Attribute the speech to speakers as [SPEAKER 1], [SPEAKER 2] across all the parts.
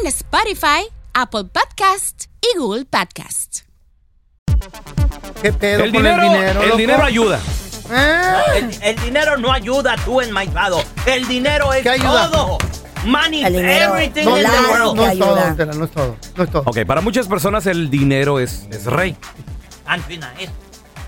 [SPEAKER 1] en Spotify, Apple Podcast y Google Podcast.
[SPEAKER 2] ¿Qué pedo
[SPEAKER 3] El
[SPEAKER 2] con
[SPEAKER 3] dinero,
[SPEAKER 2] el dinero?
[SPEAKER 3] el
[SPEAKER 2] loco?
[SPEAKER 3] dinero ayuda.
[SPEAKER 2] Ah,
[SPEAKER 4] El, el dinero no ayuda tú en Maidvado. El dinero es
[SPEAKER 2] ¿Qué ayuda?
[SPEAKER 4] todo. Money,
[SPEAKER 5] El dinero
[SPEAKER 4] everything
[SPEAKER 2] No,
[SPEAKER 4] in
[SPEAKER 5] Claro
[SPEAKER 2] no,
[SPEAKER 4] the world.
[SPEAKER 2] no es
[SPEAKER 5] ayuda.
[SPEAKER 2] todo, Tela, no es todo. No es todo.
[SPEAKER 3] Ok, para muchas personas el dinero es, es rey.
[SPEAKER 4] Anfina, es-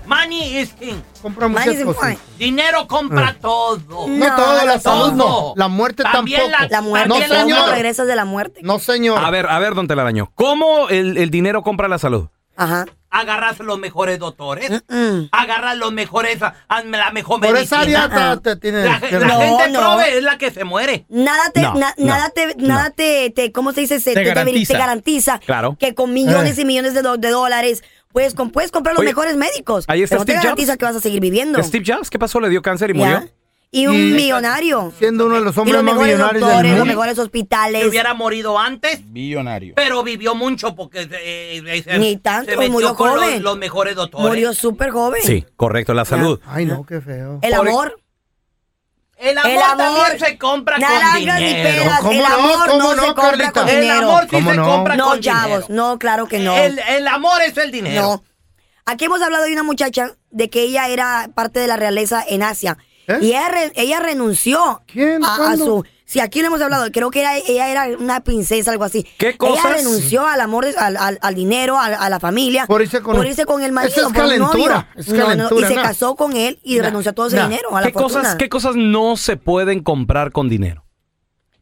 [SPEAKER 4] Money is king.
[SPEAKER 2] Compra
[SPEAKER 5] Money
[SPEAKER 2] muchas
[SPEAKER 5] is
[SPEAKER 2] cosas.
[SPEAKER 5] important.
[SPEAKER 4] Dinero compra
[SPEAKER 2] Mm.
[SPEAKER 4] todo.
[SPEAKER 2] No,
[SPEAKER 5] No,
[SPEAKER 2] todo, la
[SPEAKER 5] no
[SPEAKER 2] salud
[SPEAKER 4] todo.
[SPEAKER 2] no. La muerte
[SPEAKER 4] También
[SPEAKER 2] tampoco.
[SPEAKER 4] la-
[SPEAKER 5] La muerte,
[SPEAKER 2] No,
[SPEAKER 5] no,
[SPEAKER 4] también la
[SPEAKER 2] señor.
[SPEAKER 4] muerte.
[SPEAKER 5] regresas de la muerte.
[SPEAKER 2] No, señor.
[SPEAKER 3] A ver, a ver, don Telaraño. ¿Cómo el, el dinero compra la salud?
[SPEAKER 5] Ajá.
[SPEAKER 4] Agarras los mejores doctores.
[SPEAKER 5] Mm.
[SPEAKER 4] Agarras los mejores, hazme la mejor
[SPEAKER 2] Por esa área te,
[SPEAKER 4] medicina.
[SPEAKER 2] te tienes.
[SPEAKER 4] La,
[SPEAKER 2] que-
[SPEAKER 4] la
[SPEAKER 5] Ah. No,
[SPEAKER 4] gente
[SPEAKER 5] no.
[SPEAKER 4] prove es la que se muere.
[SPEAKER 5] Nada te,
[SPEAKER 3] No,
[SPEAKER 5] na-
[SPEAKER 3] no,
[SPEAKER 5] nada te, nada te, te- ¿cómo se dice? Se-
[SPEAKER 6] Te
[SPEAKER 5] te,
[SPEAKER 6] garantiza.
[SPEAKER 5] te garantiza
[SPEAKER 3] Claro.
[SPEAKER 5] que con millones y millones de, do- de dólares puedes, com- puedes comprar los
[SPEAKER 3] Oye,
[SPEAKER 5] mejores médicos.
[SPEAKER 3] ahí está
[SPEAKER 5] pero no te
[SPEAKER 3] Steve Jobs.
[SPEAKER 5] garantiza que vas a seguir viviendo.
[SPEAKER 3] Steve Jobs, ¿qué pasó? ¿Le dio cáncer y
[SPEAKER 5] ¿Ya?
[SPEAKER 3] murió?
[SPEAKER 5] Y un
[SPEAKER 2] Y-
[SPEAKER 5] millonario.
[SPEAKER 2] Siendo uno de los
[SPEAKER 5] Y
[SPEAKER 2] hombres
[SPEAKER 5] los
[SPEAKER 2] más
[SPEAKER 5] mejores
[SPEAKER 2] millonarios
[SPEAKER 5] doctores,
[SPEAKER 2] del
[SPEAKER 5] los
[SPEAKER 2] mundo.
[SPEAKER 5] mejores
[SPEAKER 4] Si
[SPEAKER 5] hospitales.
[SPEAKER 4] hubiera morido antes,
[SPEAKER 6] Millonario.
[SPEAKER 4] pero vivió mucho porque eh, eh, se,
[SPEAKER 5] Ni tanto,
[SPEAKER 4] se metió
[SPEAKER 5] murió
[SPEAKER 4] con los,
[SPEAKER 5] joven.
[SPEAKER 4] los mejores doctores.
[SPEAKER 5] Murió súper joven.
[SPEAKER 3] Sí, correcto, la salud.
[SPEAKER 2] Ay, no, qué feo.
[SPEAKER 5] El
[SPEAKER 3] Por-
[SPEAKER 5] amor.
[SPEAKER 4] El amor,
[SPEAKER 5] El amor.
[SPEAKER 4] también se compra con
[SPEAKER 5] Naranjas y
[SPEAKER 4] dinero.
[SPEAKER 5] peras.
[SPEAKER 2] ¿Cómo
[SPEAKER 5] El
[SPEAKER 2] no? ¿Cómo
[SPEAKER 5] amor no,
[SPEAKER 2] no,
[SPEAKER 5] se compra
[SPEAKER 2] Carlita?
[SPEAKER 5] con
[SPEAKER 4] El
[SPEAKER 5] dinero.
[SPEAKER 4] amor sí
[SPEAKER 2] ¿Cómo
[SPEAKER 4] se
[SPEAKER 2] no?
[SPEAKER 4] compra
[SPEAKER 5] No,
[SPEAKER 4] con
[SPEAKER 5] chavos,
[SPEAKER 4] dinero.
[SPEAKER 5] no, claro que no.
[SPEAKER 4] El, el amor es el dinero.
[SPEAKER 5] No. Aquí hemos hablado de una muchacha de que ella era parte de la realeza en Asia.
[SPEAKER 2] ¿Eh?
[SPEAKER 5] Y ella, re- ella renunció
[SPEAKER 2] ¿Quién?
[SPEAKER 5] A, a
[SPEAKER 2] ¿Cuándo?
[SPEAKER 5] su... Si aquí lo hemos hablado, creo que era- ella era una princesa, algo así.
[SPEAKER 3] ¿Qué cosas?
[SPEAKER 5] Ella renunció al amor, de- al, al- al dinero, al- a, la familia.
[SPEAKER 2] Por irse con-
[SPEAKER 5] el
[SPEAKER 2] Esa
[SPEAKER 5] marido.
[SPEAKER 2] es
[SPEAKER 5] por un novio.
[SPEAKER 2] calentura, es
[SPEAKER 5] No, no,
[SPEAKER 2] calentura,
[SPEAKER 5] y se
[SPEAKER 2] no.
[SPEAKER 5] casó con él y
[SPEAKER 2] No,
[SPEAKER 5] renunció a todo ese
[SPEAKER 2] no.
[SPEAKER 5] dinero, a la
[SPEAKER 3] ¿Qué cosas,
[SPEAKER 5] fortuna.
[SPEAKER 3] ¿Qué cosas no se pueden comprar con dinero?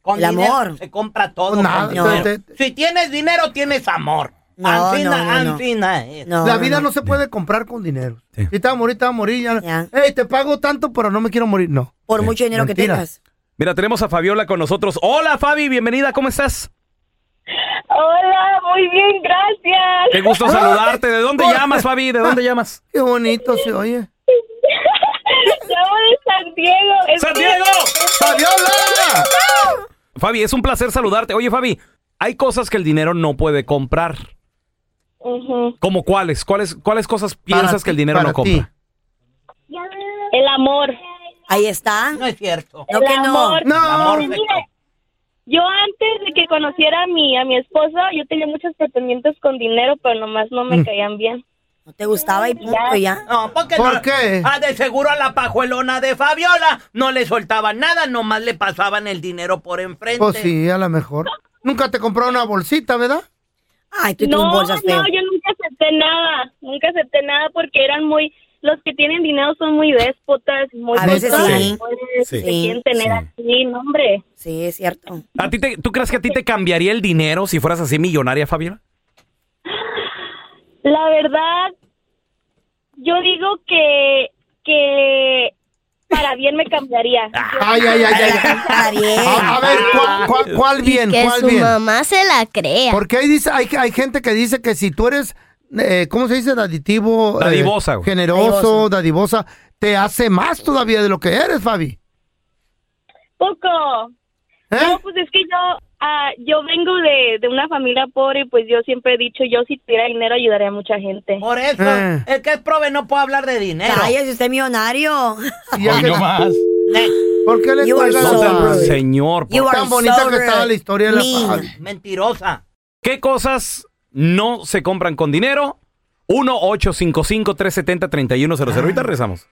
[SPEAKER 4] Con
[SPEAKER 5] El
[SPEAKER 4] dinero
[SPEAKER 5] amor.
[SPEAKER 4] Se compra todo.
[SPEAKER 2] Pues nada,
[SPEAKER 4] con dinero.
[SPEAKER 2] te- te-
[SPEAKER 4] Si tienes dinero, tienes amor.
[SPEAKER 5] No,
[SPEAKER 4] Ancina,
[SPEAKER 5] no, no, no.
[SPEAKER 4] ancina es.
[SPEAKER 5] No,
[SPEAKER 2] La
[SPEAKER 5] no,
[SPEAKER 2] vida
[SPEAKER 5] no.
[SPEAKER 2] no se puede comprar con dinero.
[SPEAKER 3] Sí.
[SPEAKER 2] Si te vas a morir, te vas a morir. Ya.
[SPEAKER 5] Ya.
[SPEAKER 2] Ey, te pago tanto, pero no me quiero morir. No.
[SPEAKER 5] Por mucho dinero
[SPEAKER 2] Mentira.
[SPEAKER 5] que tengas.
[SPEAKER 3] Mira, tenemos a Fabiola con nosotros. Hola, Fabi, bienvenida, ¿cómo estás?
[SPEAKER 7] Hola, muy bien, gracias.
[SPEAKER 3] Qué gusto saludarte. ¿De dónde llamas, Fabi? ¿De dónde llamas?
[SPEAKER 2] Qué bonito se oye.
[SPEAKER 7] Llamo de San Diego.
[SPEAKER 3] ¡San Diego!
[SPEAKER 2] ¡Fabiola!
[SPEAKER 3] Fabi, es un placer saludarte. Oye, Fabi, hay cosas que el dinero no puede comprar.
[SPEAKER 7] Ujú.
[SPEAKER 3] ¿Cómo cuáles? ¿Cuáles, cuáles cosas
[SPEAKER 2] Para
[SPEAKER 3] piensas que el
[SPEAKER 2] ti,
[SPEAKER 3] dinero
[SPEAKER 2] para
[SPEAKER 3] no
[SPEAKER 2] ti.
[SPEAKER 3] compra?
[SPEAKER 7] El amor.
[SPEAKER 5] Ahí está.
[SPEAKER 4] No es cierto.
[SPEAKER 5] No
[SPEAKER 7] el
[SPEAKER 5] que no.
[SPEAKER 7] amor.
[SPEAKER 2] No.
[SPEAKER 4] El amor se
[SPEAKER 7] Mira, yo antes de que conociera a mi, a mi esposa, yo tenía muchos pretendientes con dinero, pero nomás no
[SPEAKER 5] Mm.
[SPEAKER 7] me caían bien.
[SPEAKER 5] No te gustaba y punto ya.
[SPEAKER 4] No, porque
[SPEAKER 2] ¿Por
[SPEAKER 4] no-
[SPEAKER 2] qué?
[SPEAKER 4] Ah, de seguro a la pajuelona de Fabiola no le soltaban nada, nomás le pasaban el dinero por enfrente.
[SPEAKER 2] Pues sí, a lo mejor. Nunca te compró una bolsita, ¿verdad?
[SPEAKER 5] Ay, tú y tus
[SPEAKER 7] no,
[SPEAKER 5] bolsas feo.
[SPEAKER 7] no, yo nunca acepté nada. Nunca acepté nada porque eran muy... Los que tienen dinero son muy déspotas, muy...
[SPEAKER 5] A veces
[SPEAKER 7] controladores,
[SPEAKER 5] sí.
[SPEAKER 3] Sí.
[SPEAKER 7] Se quieren tener
[SPEAKER 3] Sí.
[SPEAKER 7] así, no, hombre.
[SPEAKER 5] Sí, es cierto.
[SPEAKER 3] ¿A ti te- ¿Tú crees que a ti te cambiaría el dinero si fueras así millonaria, Fabiola?
[SPEAKER 7] La verdad, yo digo que, que para bien me cambiaría.
[SPEAKER 2] Ay, ay, ay, ay.
[SPEAKER 5] Está bien.
[SPEAKER 2] A, a ver, ¿cuál, cuál, cuál bien?
[SPEAKER 8] que
[SPEAKER 2] ¿Cuál
[SPEAKER 8] su
[SPEAKER 2] bien?
[SPEAKER 8] mamá se la crea.
[SPEAKER 2] Porque ahí dice, hay, hay gente que dice que si tú eres, eh, ¿cómo se dice? Daditivo. eh,
[SPEAKER 3] Dadivosa, güey.
[SPEAKER 2] generoso, dadivosa, te hace más todavía de lo que eres, Fabi.
[SPEAKER 7] Poco.
[SPEAKER 2] ¿Eh?
[SPEAKER 7] No, pues es que yo, ah, yo vengo de, de una familia pobre y pues yo siempre he dicho, yo si tuviera dinero ayudaría a mucha gente.
[SPEAKER 4] Por eso,
[SPEAKER 2] Eh.
[SPEAKER 4] el que es prove no puede hablar de dinero.
[SPEAKER 5] Cállese, usted es millonario.
[SPEAKER 2] Y ya
[SPEAKER 6] Hoy
[SPEAKER 2] que-
[SPEAKER 6] no más.
[SPEAKER 4] Eh,
[SPEAKER 2] ¿Por qué le
[SPEAKER 5] You are
[SPEAKER 2] cuelga
[SPEAKER 5] so
[SPEAKER 2] la
[SPEAKER 3] No,
[SPEAKER 5] rude.
[SPEAKER 2] Fabi?
[SPEAKER 3] Señor, por-
[SPEAKER 5] You are
[SPEAKER 2] Tan bonita
[SPEAKER 5] so
[SPEAKER 2] que estaba
[SPEAKER 5] rude.
[SPEAKER 2] la historia de la
[SPEAKER 5] Mean.
[SPEAKER 2] Fabi.
[SPEAKER 4] mentirosa.
[SPEAKER 3] ¿qué cosas no se compran con dinero? 1-855-370-3100. Ahorita regresamos.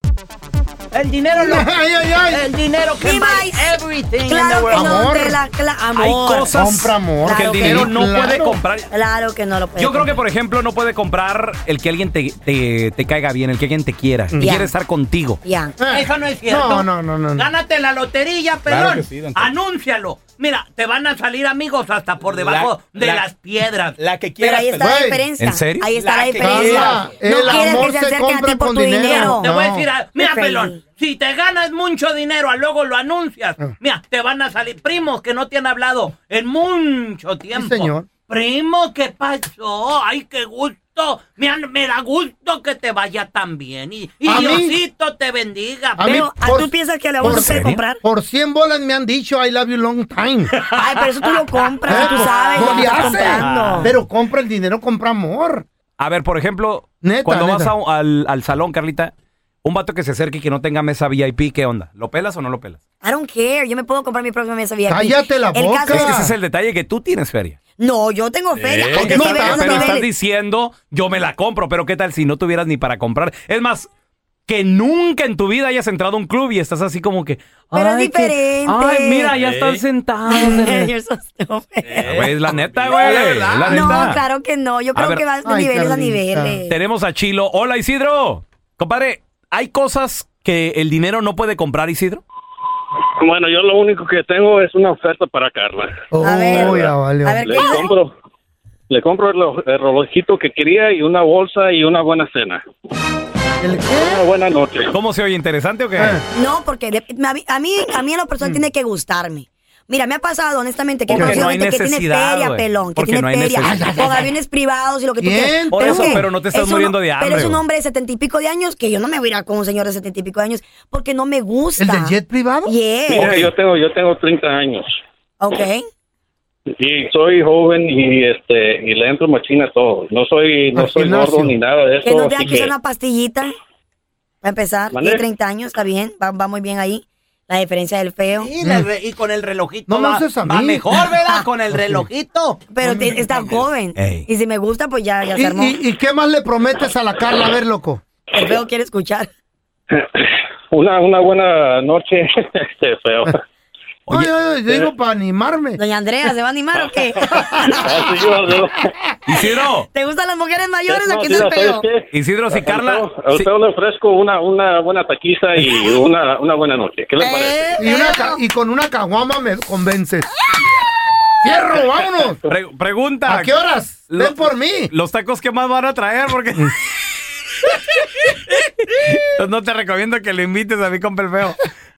[SPEAKER 4] El dinero lo.
[SPEAKER 2] Ay, ay, ay.
[SPEAKER 4] El dinero que
[SPEAKER 5] Ni
[SPEAKER 4] buy
[SPEAKER 5] más.
[SPEAKER 4] everything in the
[SPEAKER 5] Claro que
[SPEAKER 4] world.
[SPEAKER 5] no,
[SPEAKER 2] Amor.
[SPEAKER 5] Tela, cla- amor.
[SPEAKER 3] Hay cosas
[SPEAKER 2] Compra amor.
[SPEAKER 3] que el
[SPEAKER 5] Claro que
[SPEAKER 3] dinero
[SPEAKER 5] sí,
[SPEAKER 3] no
[SPEAKER 2] claro.
[SPEAKER 3] puede comprar.
[SPEAKER 5] Claro que no lo puede.
[SPEAKER 3] Yo creo que, por ejemplo, no puede comprar el que alguien te, te- te caiga bien, el que alguien te quiera, que
[SPEAKER 5] Ya.
[SPEAKER 3] quiere estar contigo.
[SPEAKER 5] Ya.
[SPEAKER 2] Eh,
[SPEAKER 4] Eso no es cierto.
[SPEAKER 2] No, no, no, no. no.
[SPEAKER 4] Gánate la lotería, pelón.
[SPEAKER 6] Claro que sí, don Tela.
[SPEAKER 4] Anúncialo. Mira, te van a salir amigos hasta por debajo
[SPEAKER 6] La-
[SPEAKER 4] de
[SPEAKER 6] la-
[SPEAKER 4] las piedras.
[SPEAKER 6] La que
[SPEAKER 5] Pero
[SPEAKER 6] quieras.
[SPEAKER 5] ahí está
[SPEAKER 6] pelón.
[SPEAKER 5] la
[SPEAKER 2] Güey,
[SPEAKER 5] diferencia.
[SPEAKER 3] ¿en serio?
[SPEAKER 5] Ahí está
[SPEAKER 6] La
[SPEAKER 5] la,
[SPEAKER 6] que
[SPEAKER 5] diferencia.
[SPEAKER 2] quiera. El
[SPEAKER 5] no quieres
[SPEAKER 2] amor
[SPEAKER 5] que se
[SPEAKER 2] se
[SPEAKER 5] acerquen a ti
[SPEAKER 2] compra
[SPEAKER 5] por
[SPEAKER 2] con
[SPEAKER 5] tu dinero.
[SPEAKER 2] dinero.
[SPEAKER 4] Te
[SPEAKER 2] No.
[SPEAKER 4] voy a decir, algo. mira,
[SPEAKER 5] Qué
[SPEAKER 4] pelón,
[SPEAKER 5] feliz.
[SPEAKER 4] si te ganas mucho dinero, a luego lo anuncias.
[SPEAKER 2] Ah.
[SPEAKER 4] Mira, te van a salir primos que no te han hablado en mucho tiempo.
[SPEAKER 2] señor.
[SPEAKER 4] Primo, ¿qué pasó? Ay, qué gusto. Me, han- me da gusto que te vaya tan bien. Y, y
[SPEAKER 2] ¿A mí?
[SPEAKER 4] Diosito te bendiga.
[SPEAKER 2] A mí,
[SPEAKER 5] Pero, ¿a
[SPEAKER 2] por-
[SPEAKER 5] Ah, ¿tú piensas que la
[SPEAKER 2] por-
[SPEAKER 5] bolsa puede
[SPEAKER 3] ¿Serio?
[SPEAKER 5] comprar?
[SPEAKER 2] Por 100 bolas me han dicho I love you long time.
[SPEAKER 5] Ay, pero eso tú lo compras,
[SPEAKER 2] Eh,
[SPEAKER 5] tú
[SPEAKER 2] pues,
[SPEAKER 5] sabes.
[SPEAKER 2] no
[SPEAKER 5] lo
[SPEAKER 2] le Ah.
[SPEAKER 5] estás
[SPEAKER 2] hace.
[SPEAKER 5] comprando.
[SPEAKER 2] Pero compra el dinero, compra amor.
[SPEAKER 3] A ver, por ejemplo,
[SPEAKER 2] Neta,
[SPEAKER 3] cuando vas
[SPEAKER 2] neta.
[SPEAKER 3] a un- al, al salón, Carlita, un vato que se acerque y que no tenga mesa VIP, ¿qué onda? ¿Lo pelas o no lo pelas?
[SPEAKER 5] I don't care. Yo me puedo comprar mi próxima mesa VIP.
[SPEAKER 2] Cállate la
[SPEAKER 5] El
[SPEAKER 2] boca.
[SPEAKER 5] caso
[SPEAKER 3] Es
[SPEAKER 5] es
[SPEAKER 3] que ese es el detalle que tú tienes feria.
[SPEAKER 5] No, yo tengo feria.
[SPEAKER 3] Eh,
[SPEAKER 5] Hay
[SPEAKER 3] que
[SPEAKER 5] que
[SPEAKER 3] estás-
[SPEAKER 5] niveles,
[SPEAKER 2] está-
[SPEAKER 5] los
[SPEAKER 3] pero estás
[SPEAKER 5] niveles.
[SPEAKER 3] diciendo, yo me la compro, pero ¿qué tal si no tuvieras ni para comprar? Es más, que nunca en tu vida hayas entrado a un club y estás así como que.
[SPEAKER 5] Pero es
[SPEAKER 3] "Ay, que-
[SPEAKER 5] diferente".
[SPEAKER 3] ay, mira, ya están
[SPEAKER 6] Eh.
[SPEAKER 3] sentados.
[SPEAKER 5] You're so stupid.
[SPEAKER 3] Güey, es la neta, güey. es la
[SPEAKER 5] No,
[SPEAKER 3] neta.
[SPEAKER 5] claro que no. Yo
[SPEAKER 3] A
[SPEAKER 5] creo
[SPEAKER 3] ver.
[SPEAKER 5] que va de
[SPEAKER 2] Ay,
[SPEAKER 5] niveles a
[SPEAKER 2] Carlita.
[SPEAKER 5] niveles.
[SPEAKER 3] Tenemos a Chilo. Hola, Isidro. Compadre, ¿hay cosas que el dinero no puede comprar, Isidro?
[SPEAKER 8] Bueno, yo lo único que tengo es una oferta para Carla.
[SPEAKER 5] A ver,
[SPEAKER 2] Oh, ya valió.
[SPEAKER 5] a ver,
[SPEAKER 8] Le
[SPEAKER 5] ¿qué?
[SPEAKER 8] compro, le compro el, lo- el relojito que quería y una bolsa y una buena cena.
[SPEAKER 2] ¿El qué?
[SPEAKER 8] Una buena noche.
[SPEAKER 3] ¿Cómo se oye? ¿Interesante o qué?
[SPEAKER 2] Eh.
[SPEAKER 5] No, porque de- a, mí, a mí a mí en lo
[SPEAKER 2] Mm.
[SPEAKER 5] personal tiene que gustarme. Mira, me ha pasado, honestamente, que he
[SPEAKER 3] Porque
[SPEAKER 5] conocido
[SPEAKER 3] no hay
[SPEAKER 5] gente que tiene
[SPEAKER 3] necesidad,
[SPEAKER 5] feria,
[SPEAKER 3] güey.
[SPEAKER 5] pelón, que
[SPEAKER 3] Porque
[SPEAKER 5] tiene
[SPEAKER 3] no hay
[SPEAKER 5] feria,
[SPEAKER 3] necesidad.
[SPEAKER 5] con aviones privados y lo que tú
[SPEAKER 2] Bien,
[SPEAKER 5] quieras.
[SPEAKER 3] por eso,
[SPEAKER 5] ¿qué?
[SPEAKER 3] pero no te estás
[SPEAKER 5] Es un-
[SPEAKER 3] muriendo de hambre,
[SPEAKER 5] Pero es un
[SPEAKER 3] güey.
[SPEAKER 5] hombre de setenta y pico de años que yo no me voy a ir a con un señor de setenta y pico de años porque no me gusta.
[SPEAKER 2] ¿El del jet privado?
[SPEAKER 5] Yeah.
[SPEAKER 8] Mira, yo tengo, yo tengo 30 años
[SPEAKER 5] Ok.
[SPEAKER 8] y soy joven y este y le entro machina a todo. No soy, no
[SPEAKER 2] Al
[SPEAKER 8] soy
[SPEAKER 2] gimnasio.
[SPEAKER 8] gordo ni nada de eso.
[SPEAKER 5] Que no tenga
[SPEAKER 8] así
[SPEAKER 5] que usar
[SPEAKER 8] que-
[SPEAKER 5] una pastillita. Va a empezar.
[SPEAKER 8] ¿Mande?
[SPEAKER 5] Tiene 30 años, está bien. Va, va muy bien ahí. La diferencia del feo.
[SPEAKER 4] Y, la re- y con el relojito
[SPEAKER 2] No me
[SPEAKER 4] va,
[SPEAKER 2] uses a
[SPEAKER 4] va
[SPEAKER 2] mí.
[SPEAKER 4] mejor, ¿verdad? Con el relojito.
[SPEAKER 5] Pero te- está joven.
[SPEAKER 3] Ey.
[SPEAKER 5] Y si me gusta, pues ya, ya
[SPEAKER 2] ¿Y,
[SPEAKER 5] se armó.
[SPEAKER 2] y, y qué más le prometes a la Carla? A ver, loco.
[SPEAKER 5] El feo quiere escuchar.
[SPEAKER 8] una, una buena noche. Qué feo.
[SPEAKER 2] Oye, yo digo para animarme.
[SPEAKER 5] Doña Andrea, ¿se va a animar o qué?
[SPEAKER 8] Así yo, yo-
[SPEAKER 3] Isidro,
[SPEAKER 5] ¿Te gustan las mujeres mayores o
[SPEAKER 8] no,
[SPEAKER 5] qué
[SPEAKER 8] mira,
[SPEAKER 5] te
[SPEAKER 8] ¿sabes
[SPEAKER 5] feo?
[SPEAKER 8] qué?
[SPEAKER 3] Isidro, si
[SPEAKER 8] Al
[SPEAKER 3] Carla.
[SPEAKER 8] feo- al
[SPEAKER 3] si-
[SPEAKER 8] feo le ofrezco una, una buena taquiza y una, una buena noche. ¿Qué le parece?
[SPEAKER 5] Eh,
[SPEAKER 2] Y, una
[SPEAKER 5] feo.
[SPEAKER 2] ca- y con una caguama me convences. ¡Fierro, vámonos!
[SPEAKER 3] pre- pregunta.
[SPEAKER 2] ¿A qué horas?
[SPEAKER 3] Lo-
[SPEAKER 2] Ven por mí.
[SPEAKER 3] ¿Los tacos que más van a traer? Porque. no te recomiendo que lo invites a mi compa el feo.